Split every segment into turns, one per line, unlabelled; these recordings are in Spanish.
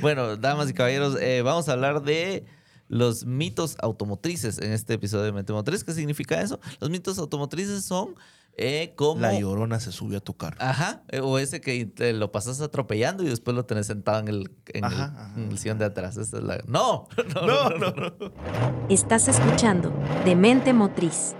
Bueno, damas y caballeros, eh, vamos a hablar de los mitos automotrices en este episodio de Mente Motriz. ¿Qué significa eso? Los mitos automotrices son eh, como...
La llorona se subió a tu carro.
Ajá, eh, o ese que te lo pasas atropellando y después lo tenés sentado en el, en
Ajá,
el-
ajá,
en el
ajá.
sillón de atrás. Esta es la... ¡No! No,
No,
no, no, no.
Estás escuchando Demente Motriz.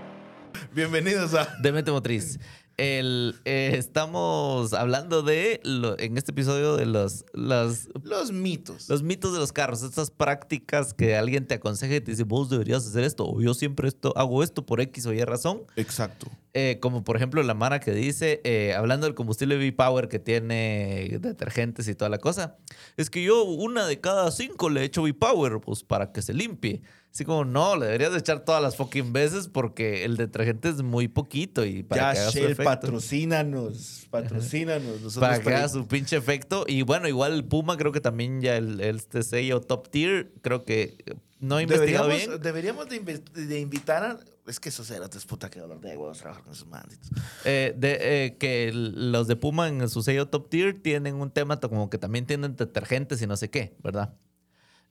Bienvenidos a.
de Mente Motriz. El, eh, estamos hablando de, lo- en este episodio, de los, las
Los mitos.
Los mitos de los carros, estas prácticas que alguien te aconseja y te dice, vos deberías hacer esto, o yo siempre esto, hago esto por X o Y razón.
Exacto.
Eh, como por ejemplo la Mara que dice, eh, hablando del combustible V-Power que tiene detergentes y toda la cosa, es que yo una de cada cinco le echo V-Power pues, para que se limpie. Así como, no, le deberías de echar todas las fucking veces porque el detergente es muy poquito y para que
ya,
haga su
Shell,
efecto".
patrocínanos. Patrocínanos. Nosotros
Para que haga su pinche efecto. Y bueno, igual el Puma, creo que también ya el, el- este sello top tier, creo que eh, no he investigado
deberíamos,
bien.
deberíamos de, inve- de invitar a. Es que esos cerotes, puta, que dolor de huevos trabajar con esos malditos.
eh, de, eh, que el- los de Puma en su sello top tier tienen un tema to- como que también tienen detergentes y no sé qué, ¿verdad?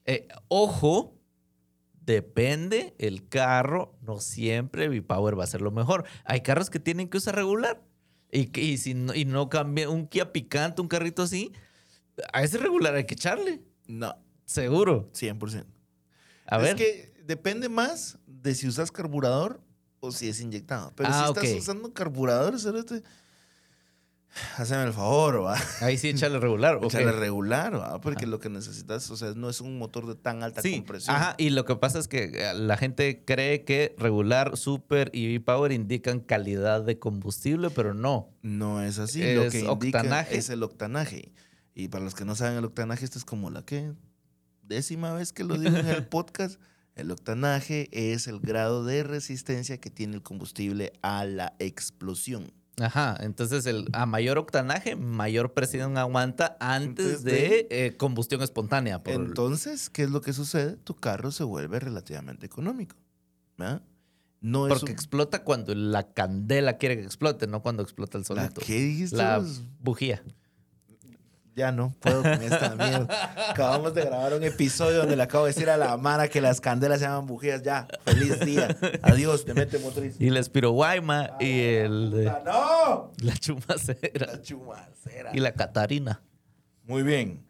Eh, ojo, depende el carro. No siempre V-Power va a ser lo mejor. Hay carros que tienen que usar regular. Y, que- y si no, y no cambia un Kia Picante, un carrito así, a ese regular hay que echarle.
No,
Seguro.
100%.
A
es
ver.
que depende más de si usas carburador o si es inyectado. Pero
Ah,
si estás
ok.
usando carburador, cerote, hazme el favor, va.
Ahí sí échale regular. ok.
Échale regular, va. Porque lo que necesitas, o sea, no es un motor de tan alta
Sí,
compresión.
ajá, y lo que pasa es que eh, la gente cree que regular, super y V-Power indican calidad de combustible, pero no.
No es así. lo
Es
que indica
octanaje.
es el octanaje. Y para los que no saben el octanaje, esto es como la que décima vez que lo digo en el podcast. El octanaje es el grado de resistencia que tiene el combustible a la explosión.
Ajá, entonces el, a mayor octanaje, mayor presión aguanta antes
Antes
de eh, combustión espontánea. por-
Entonces, ¿qué es lo que sucede? Tu carro se vuelve relativamente económico. ¿verdad? No es
porque
un-
explota cuando la candela quiere que explote, no cuando explota el
¿La
solito.
qué dijiste?
La
vos?
bujía.
Ya no puedo con esta mierda. Acabamos de grabar un episodio donde le acabo de decir a la Mara que las candelas se llaman bujías. Ya, feliz día. Adiós, te mete motriz.
Y la espiroguaima y el, eh,
Ah, ¡No!
la chumacera
La chumacera.
y la catarina.
Muy bien.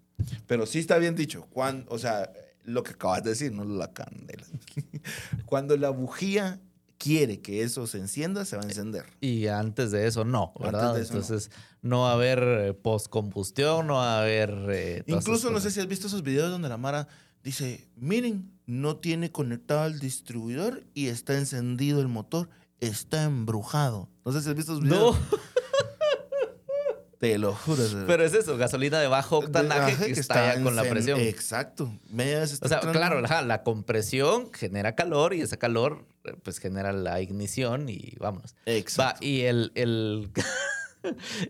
Pero sí está bien dicho. Cuan- o sea, lo que acabas de decir, no la candela. Cuando la bujía quiere que eso se encienda, se va a encender.
Y antes de eso no,
Antes
¿verdad?
de eso, no.
Entonces no. va a haber eh, postcombustión, no va a haber... eh, todas
Incluso
esas
no sé
cosas.
si has visto esos videos donde la Mara dice, miren, no tiene conectado el distribuidor y está encendido el motor, está embrujado. No sé si has visto esos videos.
No,
Te lo juro. Cero.
pero es eso, gasolina de bajo
De-
octanaje
ajá,
que, estalla con la
encen-
presión.
Exacto. Media vez está
O sea,
entrando-
claro, ajá, la compresión genera calor y ese calor eh, pues genera la ignición y vámonos. Va,
Exacto.
y el... el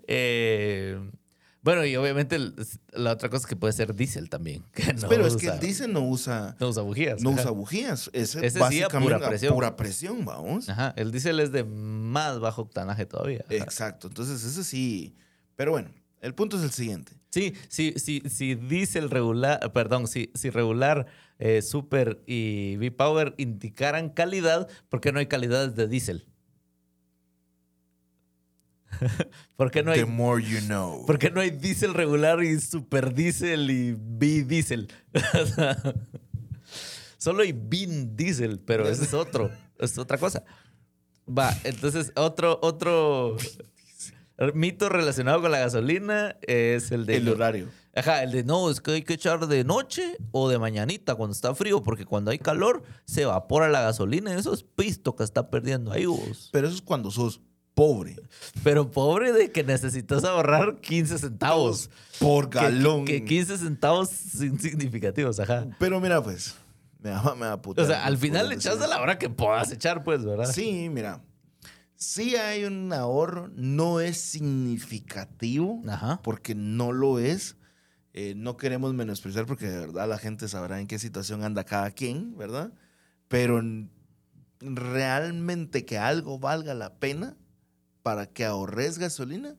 eh, bueno, y obviamente el- la otra cosa es que puede ser diésel también. que no
pero es que
usa-
el diésel no usa,
No usa bujías.
no
ajá.
usa bujías. Es
Ese sí a
básicamente
pura
a
presión.
pura presión, vamos.
Ajá, el diésel es de más bajo octanaje todavía. ajá.
Exacto. Entonces, ese sí. Pero bueno, el punto es el siguiente.
Sí, sí, sí, sí, diésel regular, perdón, si, si regular, eh, super y V-Power indicaran calidad, ¿por qué no hay calidades de diésel? ¿Por qué no hay,
The more you know.
por qué no hay diésel regular y super diésel y B-diésel? Solo hay bin diésel, pero ese es otro, es otra cosa. Va, entonces otro, otro mito relacionado con la gasolina es el de...
el horario.
Ajá, el de no, es que hay que echar de noche o de mañanita cuando está frío, porque cuando hay calor se evapora la gasolina y eso es pisto que está perdiendo ahí vos.
Pero eso es cuando sos pobre.
Pero pobre de que necesitas ahorrar 15 centavos.
Por
Que-
galón.
Que, 15 centavos sin significativos, ajá.
Pero mira, pues, me va, me va a putear,
O sea, al
no
final
puedo
le echas
decir.
a la hora que puedas echar, pues, ¿verdad?
Sí, mira. Sí hay un ahorro, no es significativo,
Ajá.
porque no lo es. Eh, no queremos menospreciar porque de verdad la gente sabrá en qué situación anda cada quien, ¿verdad? Pero n- realmente que algo valga la pena para que ahorres gasolina,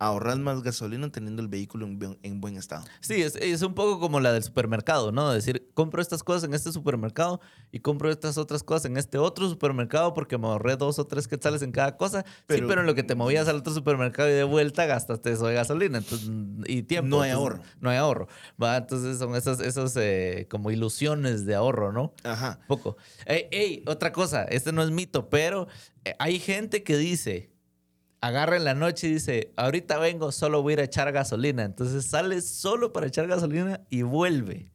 ahorras más gasolina teniendo el vehículo en, bu- en buen estado.
Sí, es, es un poco como la del supermercado, ¿no? Decir, compro estas cosas en este supermercado y compro estas otras cosas en este otro supermercado porque me ahorré dos o tres quetzales en cada cosa. sí,
Pero-
pero en lo que te movías al otro supermercado y de vuelta gastaste eso de gasolina entonces, mm, y tiempo.
No hay
entonces,
ahorro.
No hay ahorro. ¿va? Entonces son esas, esas eh, como ilusiones de ahorro, ¿no?
Ajá.
Poco. Ey, ey, otra cosa, este no es mito, pero eh, hay gente que dice, agarra en la noche y dice, ahorita vengo, solo voy a ir a echar gasolina. Entonces sale solo para echar gasolina y vuelve.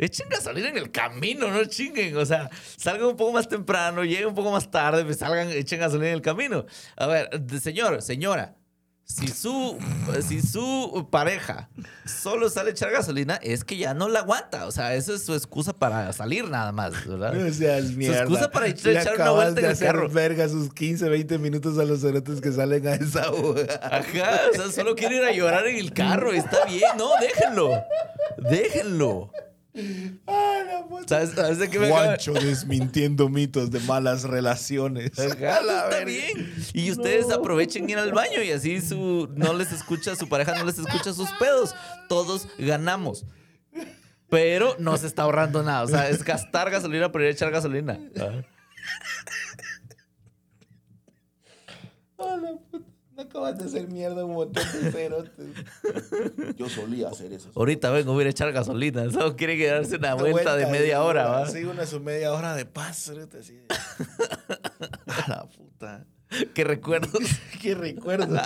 Echen gasolina en el camino, no chinguen. O sea, salgan un poco más temprano, lleguen un poco más tarde, pues, salgan, echen gasolina en el camino. A ver, de- señor, señora, si su, si su pareja solo sale a echar gasolina, es que ya no la aguanta. O sea, esa es su excusa para salir nada más, ¿verdad?
seas mierda.
excusa para echar-
Le
echar una
acabas
vuelta
de
en el
hacer
carro.
verga sus 15, 20 minutos a los cerotes que salen a esa hora.
Ajá, o sea, solo quiere ir a llorar en el carro. Está bien, no, déjenlo. Déjenlo. ¿Sabes, sabes de qué me acaba-
Juancho desmintiendo mitos de malas relaciones.
Ajá, pues está bien. Y ustedes aprovechen ir al baño y así su no les escucha su pareja, no les escucha sus pedos. Todos ganamos. Pero no se está ahorrando nada. O sea, es gastar gasolina por ir a echar gasolina.
No acabas de hacer mierda un montón de cerotes.
Yo solía hacer eso.
Ahorita vengo voy a ir a echar gasolina. Solo quiere quedarse una vuelta de media hora, ¿va?
Sí, una su media hora de paz.
Paz, cerote, así. A la puta.
Que recuerdos.
Qué recuerdo.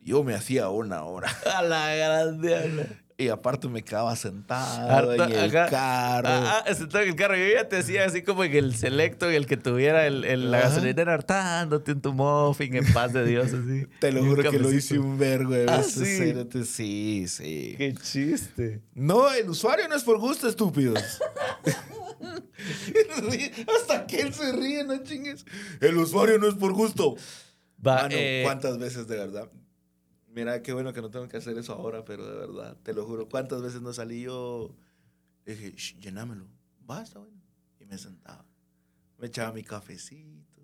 Yo me hacía una hora.
A la grande. a la-
Y aparte me quedaba sentado
Harta-
en el
ajá.
carro.
Ah, ah, sentado en el carro. Yo ya te decía así como en el selecto, en el que tuviera el, el- la
Ajá.
gasolinera hartándote en tu muffin, en paz de Dios, así.
Te lo
Y un
juro que lo
cafecito.
hice un vergo de
Ah,
veces.
sí.
cerote.
cerote, sí, sí.
Qué chiste.
No, el usuario no es por gusto, estúpidos. Hasta que él se ríe, no chingues. El usuario no es por gusto.
Va,
Mano,
eh,
¿cuántas veces de verdad? Mira, qué bueno que no tengo que hacer eso ahora, pero de verdad, te lo juro, ¿cuántas veces no salí yo?
Dije, "Shh, llenámelo. Basta, bueno. Y me sentaba. Me echaba mi cafecito.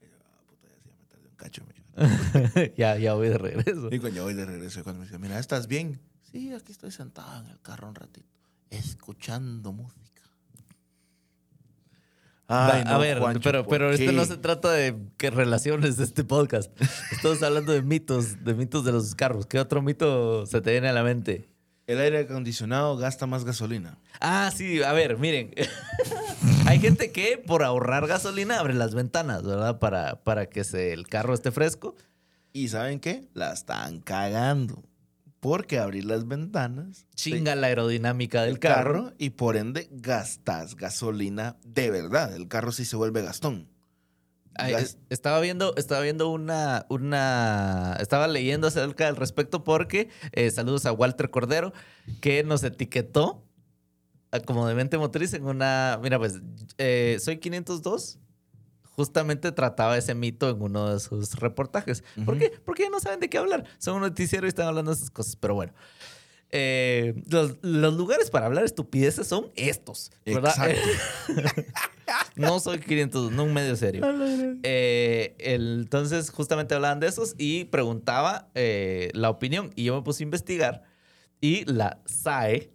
Y yo, ah, puta, ya, sí, ya me tardé un cacho. mira.
ya, ya voy de regreso.
Y cuando yo voy de regreso, y cuando me dice, mira, ¿estás bien? Sí, aquí estoy sentado en el carro un ratito, escuchando música.
Va, a ver, pero, pero esto no se trata de que relaciones de este podcast. Estamos hablando de mitos, de mitos de los carros. ¿Qué otro mito se te viene a la mente?
El aire acondicionado gasta más gasolina.
Ah, sí, a ver, miren. Hay gente que por ahorrar gasolina abre las ventanas, ¿verdad? Para, para que se- el carro esté fresco.
¿Y saben qué? La están cagando. Porque abrir las ventanas
Chinga la aerodinámica del
el carro,
carro.
y por ende gastas gasolina de verdad. El carro sí se vuelve gastón.
Ay,
Gas-
es- estaba viendo, estaba viendo una, una, estaba leyendo acerca del respecto porque eh, saludos a Walter Cordero que nos etiquetó ah, como de mente motriz en una, mira pues, eh, soy 502. Justamente trataba ese mito en uno de sus reportajes. ¿Por
Ujú.
qué? Porque ya no saben de qué hablar. Son un noticiero y están hablando de esas cosas. Pero bueno, Eh, los, los lugares para hablar estupideces son estos, ¿verdad? Eh,
Exacto.
no soy 502, no un medio serio. Eh, el- entonces, justamente hablaban de esos y preguntaba eh, la opinión. Y yo me puse a investigar. Y la SAE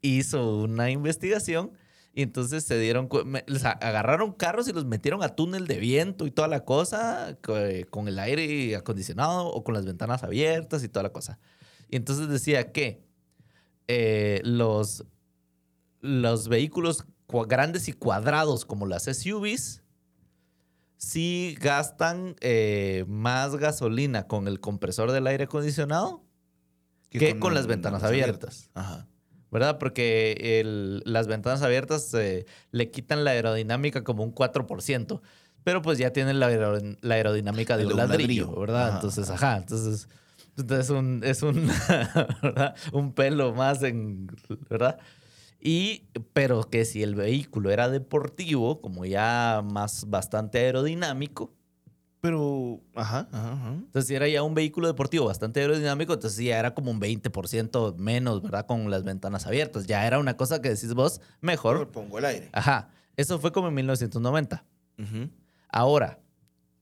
hizo una investigación. Y entonces se dieron. cu- me- les a- agarraron carros y los metieron a túnel de viento y toda la cosa. co- eh, Con el aire acondicionado o con las ventanas abiertas y toda la cosa. Y entonces decía que eh, los, los vehículos cua- grandes y cuadrados como las SUVs sí gastan eh, más gasolina con el compresor del aire acondicionado, que con las ventanas abiertas.
Ajá.
¿verdad? Porque el- las ventanas abiertas eh, le quitan la aerodinámica como un 4%. Pero pues ya tienen la, aero- la aerodinámica de,
De
un
un
ladrillo,
ladrillo.
¿verdad?
Ajá,
entonces, ajá, entonces, entonces es un, es un, ¿verdad? un pelo más en, ¿verdad? Y, pero que si el vehículo era deportivo, como ya más bastante aerodinámico,
Pero, ajá, ajá, ajá.
entonces, si era ya un vehículo deportivo bastante aerodinámico, entonces sí, ya era como un 20% menos, ¿verdad? Con las ventanas abiertas. Ya era una cosa que decís vos,
Yo
mejor.
Ah,
pongo el aire.
Ajá. Eso fue como en 1990.
Ujú.
Ahora,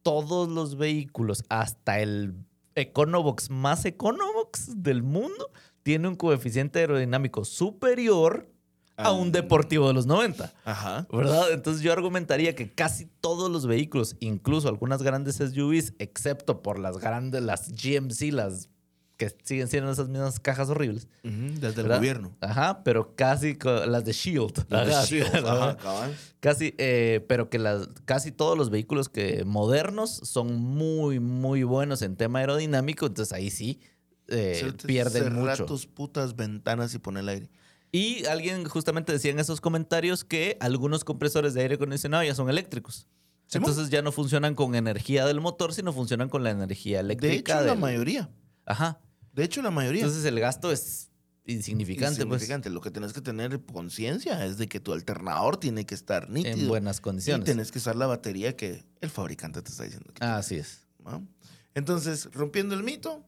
todos los vehículos, hasta el Econobox más Econobox del mundo, tiene un coeficiente aerodinámico superior a
Al-
un deportivo de los 90.
Ajá.
¿Verdad? Entonces yo argumentaría que casi todos los vehículos, incluso algunas grandes SUVs, excepto por las grandes, las GMC, las que siguen siendo esas mismas cajas horribles.
Ujú, Desde el
¿Verdad?
gobierno.
Ajá, pero casi co- las de Shield.
Las de
E Ajá,
Shield,
ajá.
E ajá.
Cabal.
Casi, eh, pero que las, casi todos los vehículos que modernos son muy, muy buenos en tema aerodinámico, entonces ahí sí eh,
Certe-
pierden
cerrar
mucho.
tus putas ventanas y poner el aire.
Y alguien justamente decía en esos comentarios que algunos compresores de aire acondicionado ya son eléctricos.
Simón.
Entonces ya no funcionan con energía del motor, sino funcionan con la energía
De
eléctrica.
hecho, la
del-
mayoría.
Ajá.
De hecho, la mayoría.
Entonces el gasto es pues. insignificante,
Insignificante. Lo que tenés que tener conciencia es de que tu alternador tiene que estar
pues,
nítido.
en buenas
y
condiciones. Ah,
tenés que usar la batería que el fabricante te está diciendo. que
Así es.
tiene, ¿va? Entonces, rompiendo el mito.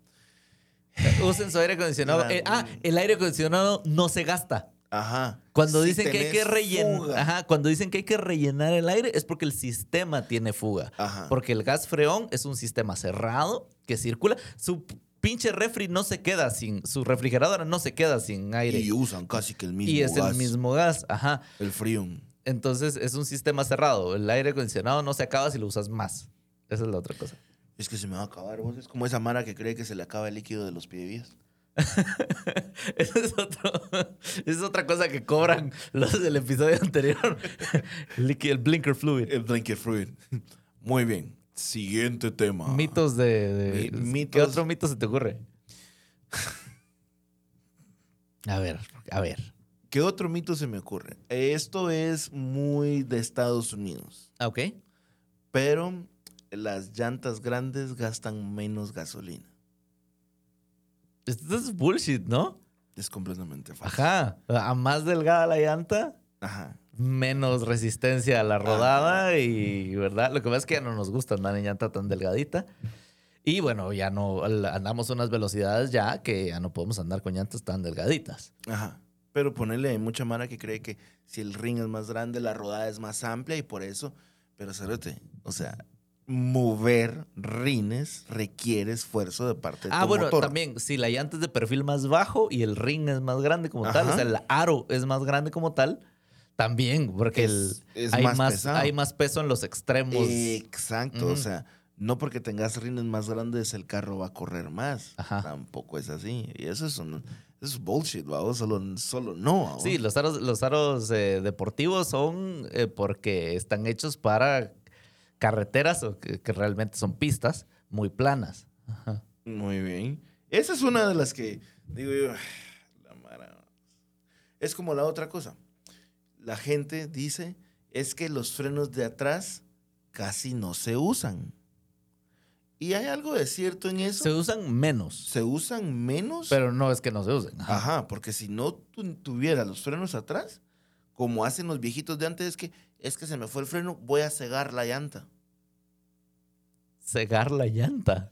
Usen su aire acondicionado.
La-
Eh, ah, el aire acondicionado no se gasta.
Ajá.
Cuando
Si
dicen que hay
tenés
que rellenar,
fuga,
ajá, cuando dicen que hay que rellenar el aire es porque el sistema tiene fuga,
Ajá.
porque el gas freón es un sistema cerrado que circula, su pinche refri no se queda sin su refrigeradora no se queda sin aire
Y
y,
usan casi que el mismo
es
gas,
el mismo gas, ajá.
El Freon.
Entonces es un sistema cerrado, el aire acondicionado no se acaba si lo usas más. Esa es la otra cosa.
Es que se me va a acabar, vos. Es como esa mara que cree que se le acaba el líquido de los pies.
Esa es, otro- es otra cosa que cobran los del episodio anterior. Líquido- el blinker fluid.
El blanket fluid. Muy bien. Siguiente tema.
Mitos de. de-
Ah. Mi-
¿Qué
mitos.
otro mito se te ocurre? A ver, a ver.
¿Qué otro mito se me ocurre? Esto es muy de Estados Unidos,
Ah, ok.
pero las llantas grandes gastan menos gasolina.
Esto es bullshit, ¿no?
Es completamente falso.
Ajá. A más delgada la llanta,
Ajá.
menos resistencia a
Ah,
la rodada y,
Mm.
¿verdad? Lo que pasa es que ya no nos gusta andar en llanta tan delgadita. Y bueno, ya no andamos a unas velocidades ya que ya no podemos andar con llantas tan delgaditas.
Ajá. Pero ponerle hay mucha mara que cree que si el ring es más grande, la rodada es más amplia y por eso. Pero cerote, o sea, mover rines requiere esfuerzo de parte de
Ah,
tu
bueno,
motor.
también, si la llanta es de perfil más bajo y el ring es más grande como tal, o
Ajá.
sea, el aro es más grande como tal, también, porque
Es-
el,
es
hay,
más
más
pesado. Eh,
hay más peso en los extremos.
Exacto, o
Ujú.
sea, no porque tengas rines más grandes el carro va a correr más.
Ajá.
Tampoco es así. Y eso es un eso es bullshit, vamos, solo, solo no. ¿va vos?
Sí, los aros, los aros eh, deportivos son eh, porque están hechos para carreteras o que, que realmente son pistas muy planas. Ajá.
Muy bien. Esa es una de las que digo yo, la mara. Es como la otra cosa. La gente dice es que los frenos de atrás casi no se usan. Y hay algo de cierto en eso.
Se usan menos,
se usan menos.
pero no es que no se usen. Ajá.
Ajá, porque si no tu- tuviera los frenos atrás, como hacen los viejitos de antes, es que es que se me fue el freno, voy a cegar la llanta.
Cegar la llanta.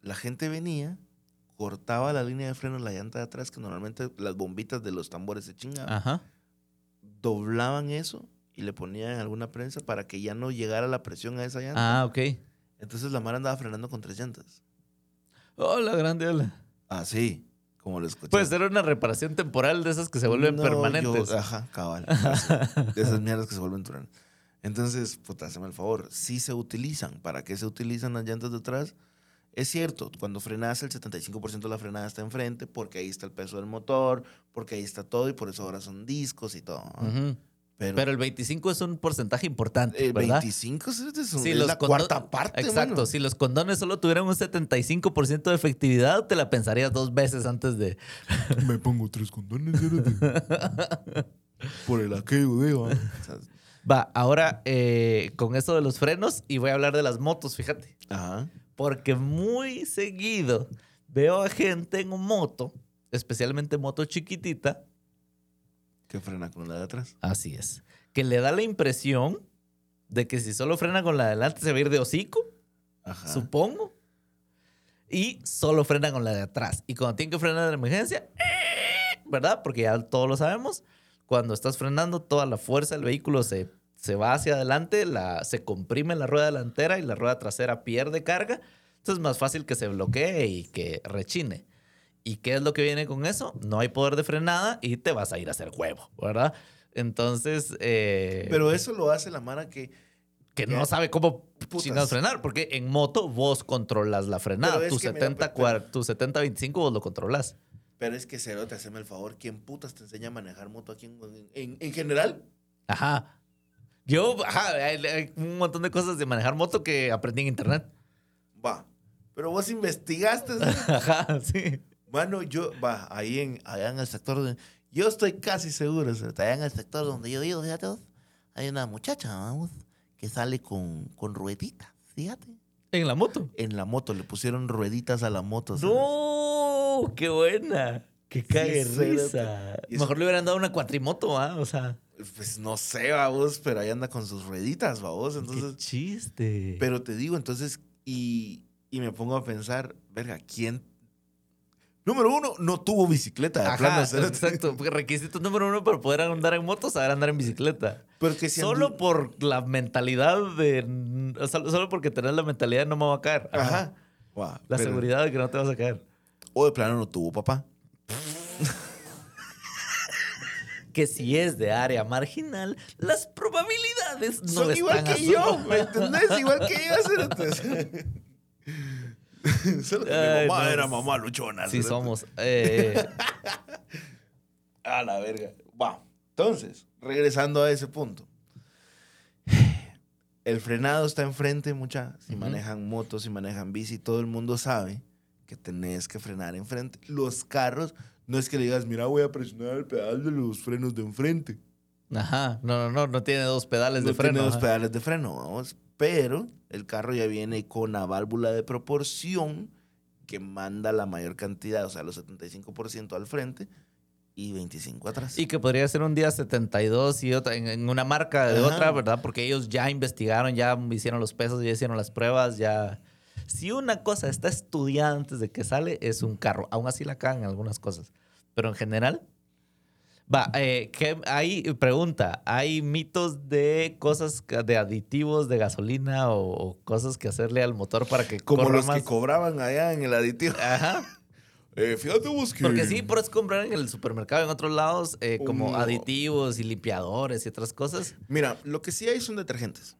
La gente venía, cortaba la línea de freno en la llanta de atrás, que normalmente las bombitas de los tambores se chingaban,
Ajá.
doblaban eso y le ponían alguna prensa para que ya no llegara la presión a esa llanta.
Ah, ok.
Entonces la mara andaba frenando con tres llantas.
Hola, grande, hola.
Así, como lo escuché.
Puede ser una reparación temporal de esas que se vuelven
No, yo-
permanentes.
ajá, cabal. así, De esas mierdas que se vuelven truenas. Entonces, puta, hazme el favor. Sí se utilizan. ¿Para qué se utilizan las llantas de atrás? Es cierto, cuando frenas, el 75% de la frenada está enfrente porque ahí está el peso del motor, porque ahí está todo y por eso ahora son discos y todo. ¿no?
Ujú.
Pero,
Pero el 25 es un porcentaje importante,
el
¿verdad?
25 es, es un-
Si
es
los
la
condo-
cuarta parte.
Exacto,
mano.
si los condones solo tuvieran un 75% de efectividad, te la pensarías dos veces antes de...
Me pongo tres condones espérate. por el aqueo de. ¿va? O sea,
Va, ahora eh, con eso de los frenos y voy a hablar de las motos, fíjate.
Ajá.
Porque muy seguido veo a gente en moto, especialmente moto chiquitita,
Que frena con la de atrás.
Así es. Que le da la impresión de que si solo frena con la de adelante se va a ir de hocico,
Ajá.
supongo. Y solo frena con la de atrás. Y cuando tiene que frenar de emergencia, eh, ¿verdad? Porque ya todos lo sabemos. Cuando estás frenando, toda la fuerza del vehículo se se va hacia adelante, la, se comprime la rueda delantera y la rueda trasera pierde carga. Entonces es más fácil que se bloquee y que rechine. ¿Y qué es lo que viene con eso? No hay poder de frenada y te vas a ir a hacer huevo, ¿verdad? Entonces, eh,
Pero eso lo hace la Mara que.
que no sabe cómo
Putas.
chingados frenar, porque en moto vos controlas la frenada,
Pero es
tu
que mira,
70,
pues,
cuar- tu 70-25 vos lo controlas.
Pero es que Cerote, haceme el favor, ¿quién putas te enseña a manejar moto aquí en, en- en general?
Ajá. Yo, ajá, hay, hay un montón de cosas de manejar moto que aprendí en internet.
Va. Pero vos investigaste.
Ajá, sí.
Mano, yo, va, ahí en,
allá en el sector de- Yo estoy casi seguro, cerote, allá en el sector donde yo vivo, fíjate vos, hay una muchacha, vamos, que sale con, con rueditas, fíjate.
En la moto.
En la moto, le pusieron rueditas a la moto. cerote.
¡No! ¡Qué buena! ¡Qué cague
pues, sí,
risa!
Y es-
Mejor le hubieran dado una cuatrimoto, ¿ah? O sea,
pues no sé, va vos, pero ahí anda con sus rueditas, va vos. Entonces,
qué chiste.
pero te digo, entonces, y, y me pongo a pensar, verga, ¿quién? Número uno, no tuvo bicicleta de
Ajá,
plano, cerote.
exacto. Porque requisito número uno para poder andar en moto, saber andar en bicicleta.
Porque si andu-
Solo por la mentalidad de... o sea, Solo porque tener la mentalidad de no me va a caer. Ajá.
Ajá. Va,
La
pero-
seguridad de que no te vas a caer.
O de plano no tuvo papá.
Que si es de área marginal, las probabilidades no
Son igual
están a
que
su-
yo, ¿me entendés? Igual que yo, cerotes. Solo que
Ay,
mi mamá
no.
era mamá luchona.
Sí
cerotes.
somos. Eh,
A la verga. Va. Entonces, regresando a ese punto. El frenado está enfrente, mucha. Si
Ujú.
manejan motos, si manejan bici, todo el mundo sabe que tenés que frenar enfrente. Los carros, no es que le digas, mira, voy a presionar el pedal de los frenos de enfrente.
ajá. No, no, no. No tiene dos pedales
no
de freno.
tiene dos
ajá.
pedales de freno, vamos. Pero el carro ya viene con la válvula de proporción que manda la mayor cantidad, o sea, los 75% al frente y 25% atrás.
Y que podría ser un día 72 y otra, en, en una marca de
Ajá.
otra, ¿verdad? Porque ellos ya investigaron, ya hicieron los pesos, ya hicieron las pruebas, ya... Si una cosa está estudiada antes de que sale, es un carro. Aún así la cagan en algunas cosas. Pero en general... Va, eh, ¿qué- hay pregunta, ¿hay mitos de cosas, que- de aditivos de gasolina o, o cosas que hacerle al motor para que
Como
corra
los
más?
que cobraban allá en el aditivo.
Ajá.
Eh, fíjate vos que...
Porque sí, puedes comprar en el supermercado en otros lados eh, como
Uno.
aditivos y limpiadores y otras cosas.
Mira, lo que sí hay son detergentes.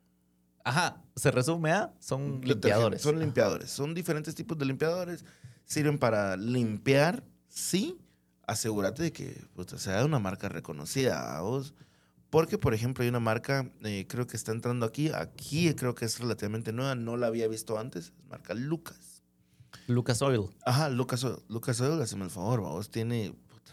Ajá, se resume a son
Detergentes,
Mm, limpiadores. Ah.
Son limpiadores. Son diferentes tipos de limpiadores. Sirven para limpiar, sí. Asegúrate de que puta, sea de una marca reconocida. ¿vos? Porque, por ejemplo, hay una marca, eh, creo que está entrando aquí. Aquí creo que es relativamente nueva. No la había visto antes. Es marca Lucas.
Lucas Oil,
Ajá, Lucas Oil. Lucas Oil, haceme el favor, vos tiene... puta,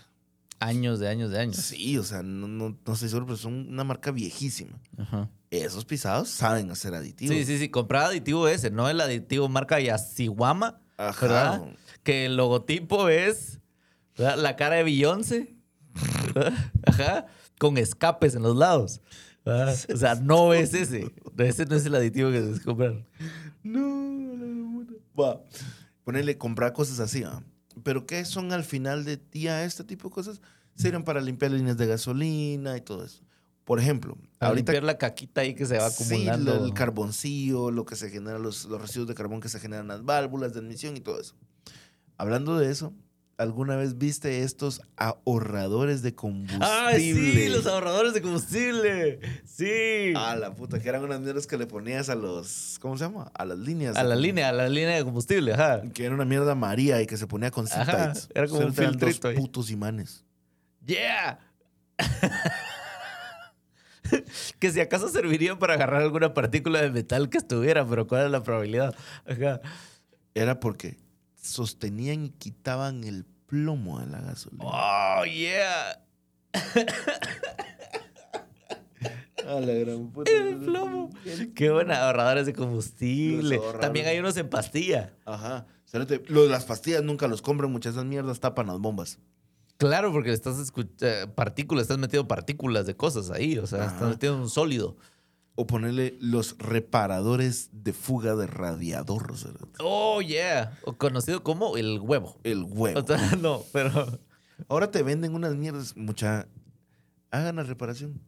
años de años de años.
Sí, o sea, no, no, no estoy seguro, pero es un- una marca viejísima.
Ajá.
Esos pisados saben hacer aditivos.
Sí, sí, sí, comprar aditivo ese, no el aditivo marca Yasiwama,
Ajá.
¿Verdad? que el logotipo es ¿verdad? la cara de Beyoncé, ¿verdad? ajá, con escapes en los lados. ¿verdad? O sea, no es ese, ese no es el aditivo que debes comprar.
No, la locura. Va. Ponerle comprar cosas así, ¿ah? Pero ¿qué son al final de día este tipo de cosas? Sirven para limpiar líneas de gasolina y todo eso. Por ejemplo,
A
ahorita
limpiar la caquita ahí que se va
sí,
acumulando.
el carboncillo, lo que se genera, los, los residuos de carbón que se generan en las válvulas de admisión y todo eso. Hablando de eso, ¿alguna vez viste estos ahorradores de combustible?
¡Ah, sí! Los ahorradores de combustible. Sí.
A la puta, que eran unas mierdas que le ponías a los. ¿Cómo se llama? A las líneas.
A
de
la
combustible.
línea, a la línea de combustible, ajá.
Que era una mierda María y que se ponía con
Ajá,
C-Tights.
era como
O sea,
un
eran dos
filtrito ahí.
putos imanes.
¡Yeah! que si acaso serviría para agarrar alguna partícula de metal que estuviera, pero ¿cuál es la probabilidad? Ajá.
Era porque sostenían y quitaban el plomo de la gasolina.
¡Oh, yeah!
A la gran puta.
El plomo. ¡Qué buena! Ahorradores de combustible.
Los ahorradores.
También hay unos en pastilla.
Ajá. Cerote, lo de las pastillas nunca los compren, muchas esas mierdas tapan las bombas.
Claro, porque estás escuchando partículas, estás metiendo partículas de cosas ahí, o sea,
Ajá.
estás metiendo un sólido.
O ponerle los reparadores de fuga de radiador, cerote.
Oh, yeah. O conocido como el huevo.
El huevo.
O sea, no, pero.
Ahora te venden unas mierdas, mucha. Hagan la reparación.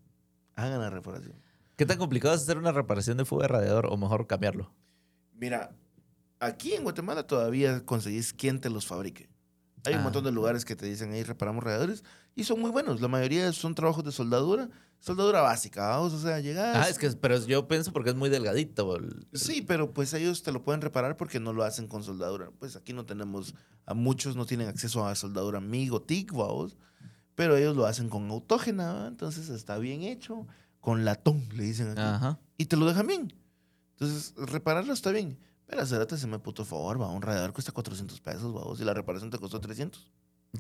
Hagan la reparación.
¿Qué tan complicado es hacer una reparación de fuga de radiador o mejor cambiarlo?
Mira, aquí en Guatemala todavía conseguís quien te los fabrique. Hay
Ah.
un montón de lugares que te dicen, ahí reparamos radiadores, y son muy buenos. La mayoría son trabajos de soldadura, soldadura básica, vamos, o sea, llegas...
Ah, es que, pero yo pienso porque es muy delgadito. el-
Sí, pero pues ellos te lo pueden reparar porque no lo hacen con soldadura. Pues aquí no tenemos, a muchos no tienen acceso a soldadura MIG TIC, vamos, pero ellos lo hacen con autógena, ¿va? entonces está bien hecho, con latón, le dicen aquí.
Ajá.
y te lo dejan bien. Entonces, repararlo está bien. Pero Cerate se me puto favor, va. Un radiador cuesta 400 pesos, va. Y la reparación te costó 300.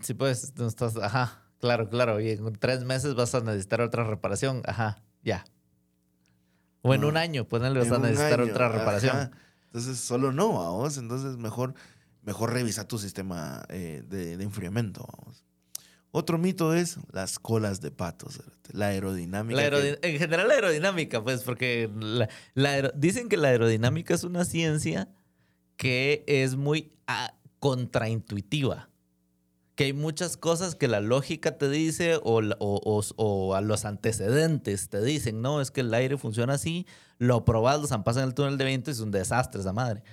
Sí, pues, no estás. Ajá. Claro, claro. Y en tres meses vas a necesitar otra reparación. Ajá. Ya. O en
Ah.
un año, pues, no le vas
En
a
un
necesitar
año,
otra reparación.
ajá. Entonces, solo no, vamos. Entonces, mejor, mejor revisa tu sistema eh, de, de enfriamiento, vamos. Otro mito es las colas de patos, la aerodinámica.
La
que-
aerodi- En general la aerodinámica, pues, porque la- la aero- dicen que la aerodinámica es una ciencia que es muy ah, contraintuitiva. Que hay muchas cosas que la lógica te dice o, la- o- o- o a los antecedentes te dicen, no, es que el aire funciona así, lo probás, lo zampas en el túnel de viento y es un desastre esa madre.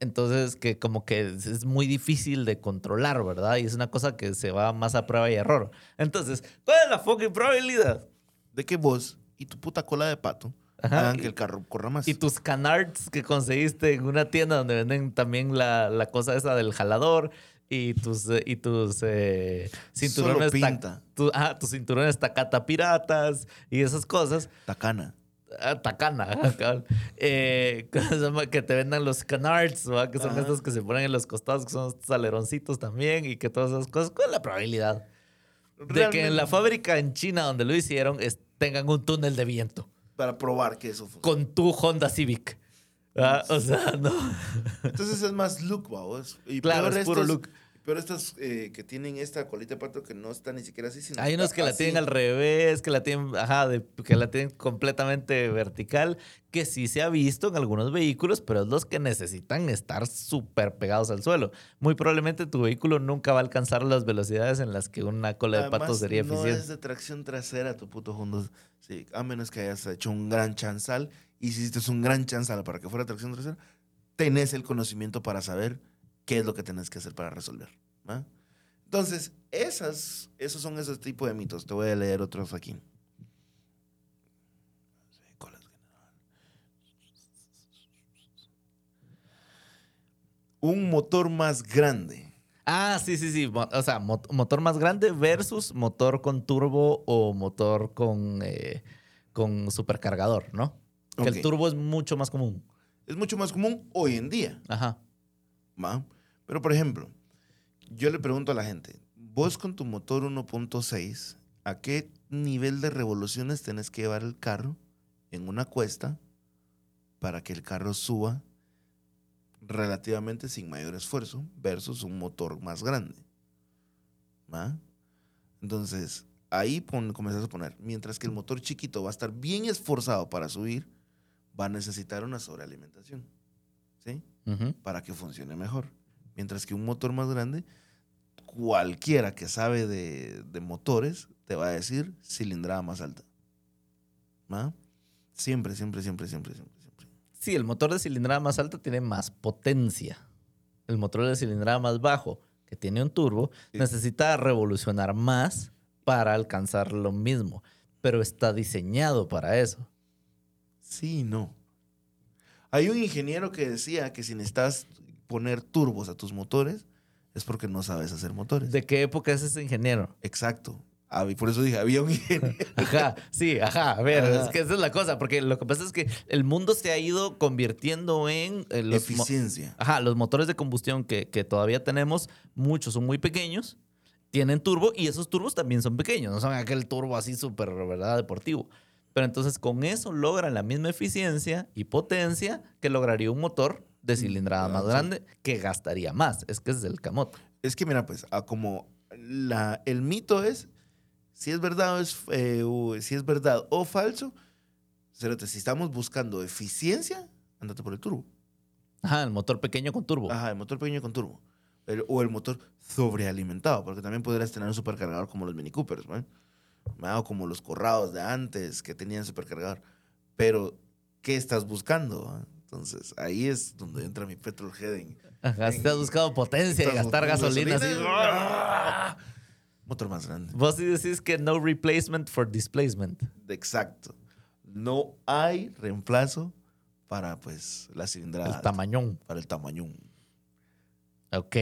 Entonces, que como que es- es muy difícil de controlar, ¿verdad? Y es una cosa que se va más a prueba y error. Entonces, ¿cuál es la fucking probabilidad?
de que vos y tu puta cola de pato
Ajá,
hagan
y-
que el carro corra más.
Y tus canards que conseguiste en una tienda donde venden también la, la cosa esa del jalador y tus, eh, y tus eh, cinturones
Solo
ta-
pinta.
tu- ajá, tus cinturones tacata piratas y esas cosas.
Tacana.
Ah, Tacana, ajá, cabal. Eh, ¿cómo se llama? que te vendan los canards, ¿va? que son
Ajá.
estos que se ponen en los costados, que son estos aleroncitos también y que todas esas cosas. ¿Cuál es la probabilidad de que en la
Realmente,
fábrica en China donde lo hicieron es- tengan un túnel de viento?
Para probar que eso fue.
con tu Honda Civic. Ah, O sea, no.
Entonces es más look, vamos. Y
Claro,
peor
es puro
estos-
look.
Pero estas eh, que tienen esta colita de pato que no está ni siquiera así, sino
Hay unos que la
así.
tienen al revés, que la tienen, ajá, de- que la tienen completamente vertical, que sí se ha visto en algunos vehículos, pero es los que necesitan estar súper pegados al suelo. Muy probablemente tu vehículo nunca va a alcanzar las velocidades en las que una cola de pato
Además,
sería
No
eficiente.
es de tracción trasera tu puto Honda. Sí, a menos que hayas hecho un gran chanzal. Y si hiciste un gran chanzal para que fuera tracción trasera, tenés el conocimiento para saber qué es lo que tenés que hacer para resolver. ¿va? Entonces, esas, esos son esos tipos de mitos. Te voy a leer otros aquí. Sí, colas que no van. Un motor más grande.
Ah, sí, sí, sí. Mo- O sea, mo- motor más grande versus motor con turbo o motor con, eh, con supercargador, ¿no? Que el
Ok.
turbo es mucho más común.
Es mucho más común hoy en día.
Ajá.
¿va? Pero por ejemplo, yo le pregunto a la gente, vos con tu motor 1.6, ¿a qué nivel de revoluciones tenés que llevar el carro en una cuesta para que el carro suba relativamente sin mayor esfuerzo versus un motor más grande? ¿Va? Entonces, ahí pon- comenzás a poner, mientras que el motor chiquito va a estar bien esforzado para subir, va a necesitar una sobrealimentación. ¿Sí?
Ujú.
para que funcione mejor. Mientras que un motor más grande, cualquiera que sabe de, de motores te va a decir cilindrada más alta. ¿Va? Siempre, siempre, siempre, siempre, siempre, siempre.
Sí, el motor de cilindrada más alta tiene más potencia. El motor de cilindrada más bajo, que tiene un turbo,
Sí.
necesita revolucionar más para alcanzar lo mismo. Pero está diseñado para eso.
Sí y no. Hay un ingeniero que decía que si necesitas poner turbos a tus motores, es porque no sabes hacer motores.
¿De qué época es ese ingeniero?
Exacto. Hab- Por eso dije, había un ingeniero.
Ajá, sí, ajá. A ver,
Ajá.
es que esa es la cosa, porque lo que pasa es que el mundo se ha ido convirtiendo en eh, los, mo-
Eficiencia.
Ajá, los motores de combustión que, que todavía tenemos, muchos son muy pequeños, tienen turbo y esos turbos también son pequeños, no son aquel turbo así súper, ¿verdad? Deportivo. Pero entonces con eso logran la misma eficiencia y potencia que lograría un motor de cilindrada
Ah,
más
sí.
grande que gastaría más. Es que ese es el camote.
Es que mira, pues, a como la, el mito es, si es verdad o, es, eh, o- si es verdad o falso, cerote, si estamos buscando eficiencia, ándate por el turbo.
Ajá, el motor pequeño con turbo.
Ajá, el motor pequeño con turbo. El- o el motor sobrealimentado, porque también podrías tener un supercargador como los Mini Coopers, ¿no? Ah, O como los corrados de antes que tenían supercargador. pero ¿qué estás buscando? va? Entonces, ahí es donde entra mi petrolhead.
Ajá, si te has buscado potencia y gastar gasolina. así.
Motor más grande.
Vos sí decís que no replacement for displacement.
De- Exacto. No hay reemplazo para pues la cilindrada.
El tamañón.
Para el tamañón. Pues,
Ok.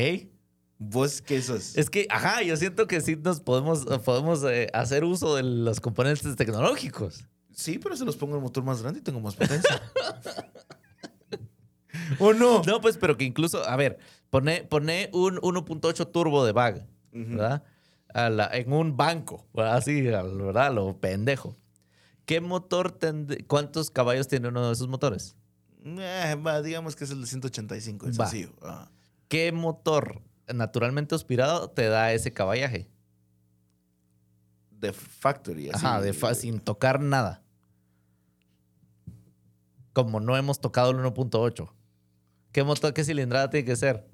¿Vos qué sos?
Es que, ajá, yo siento que sí nos podemos, podemos eh, hacer uso de los componentes tecnológicos.
Sí, pero se los pongo el motor más grande y tengo más potencia. ¿O no?
No, pues, pero que incluso, a ver, pone, pone un 1.8 turbo de VAG, ¿verdad? A la- en un banco, ¿verdad? así, al- ¿verdad? Lo pendejo. ¿Qué motor tende- ¿Cuántos caballos tiene uno de esos motores?
Eh, va, digamos que es el de 185, el
Va.
sencillo. Ah.
¿Qué motor naturalmente aspirado te da ese caballaje?
De factory. Así.
Ajá, de fa- sin tocar nada. Como no hemos tocado el 1.8. ¿Qué motor, qué cilindrada tiene que ser?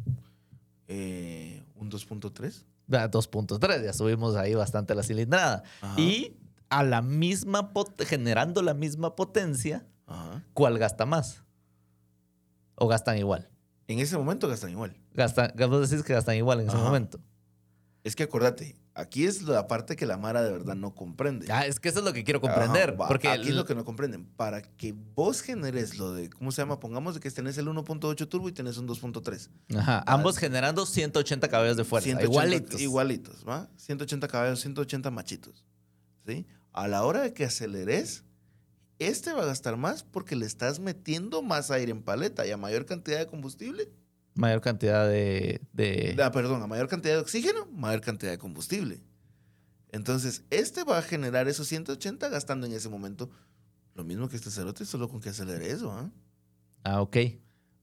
Eh, un 2.3.
Ah, 2.3, ya subimos ahí bastante la cilindrada.
Ajá.
Y a la misma pot- generando la misma potencia,
Ajá.
¿cuál gasta más? ¿O gastan igual?
En ese momento gastan igual.
Gastan, vos decís que gastan igual en ese
Ajá.
momento.
Es que acordate, aquí es la parte que la Mara de verdad no comprende.
Ah, es que eso es lo que quiero comprender.
Ajá, va,
porque
aquí es
el-
lo que no comprenden. Para que vos generes lo de, ¿cómo se llama? Pongamos que tenés el 1.8 turbo y tenés un 2.3.
ajá,
Ah,
ambos generando 180 caballos de fuerza.
180
igualitos.
Igualitos, ¿va? 180 caballos, 180 machitos. ¿Sí? A la hora de que aceleres, este va a gastar más porque le estás metiendo más aire en paleta y a mayor cantidad de combustible,
Mayor cantidad de... de-
Ah, perdón, a mayor cantidad de oxígeno, mayor cantidad de combustible. Entonces, este va a generar esos 180 gastando en ese momento lo mismo que este cerote, solo con que acelere eso, ¿ah?
Ah, ok.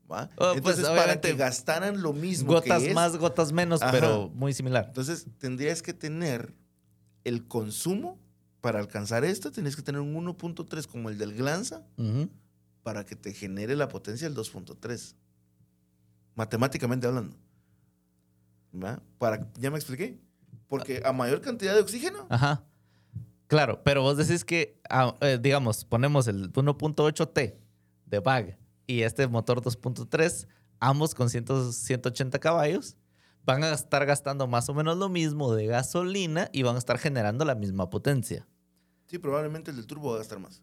¿Va?
Oh, pues,
Entonces, para
obviamente,
que gastaran lo mismo
Gotas
que es,
más, gotas menos,
Ajá.
pero muy similar.
Entonces, tendrías que tener el consumo para alcanzar esto, tendrías que tener un 1.3 como el del Glanza
Ujú.
para que te genere la potencia del 2.3. Matemáticamente hablando. ¿Va? Para, ya me expliqué. Porque a mayor cantidad de oxígeno,
Ajá. Claro, pero vos decís que, ah, eh, digamos, ponemos el 1.8T de VAG y este motor 2.3, ambos con 100 180 caballos, van a estar gastando más o menos lo mismo de gasolina y van a estar generando la misma potencia. Ah,
sí, probablemente el del turbo va a gastar más.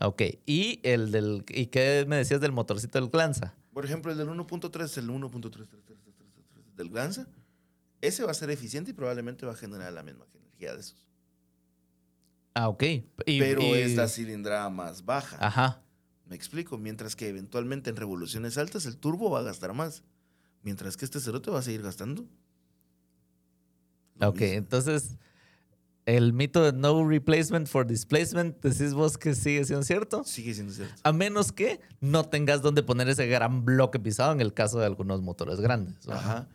Ok, y el del y qué me decías del motorcito del Glanza?
Por ejemplo, el del 1.3, el 1.3 del Glanza, ese va a ser eficiente y probablemente va a generar la misma energía de esos.
Ah, ok. Y-
Pero
y- Ah.
es la cilindrada más baja.
Ajá.
Me explico, mientras que eventualmente en revoluciones altas el turbo va a gastar más, mientras que este cerote va a seguir gastando. Lo
Ok,
mismo.
entonces el mito de no replacement for displacement, decís vos que sigue siendo cierto.
Sigue siendo cierto.
A menos que no tengas donde poner ese gran bloque pisado en el caso de algunos motores grandes. ¿va?
Ajá.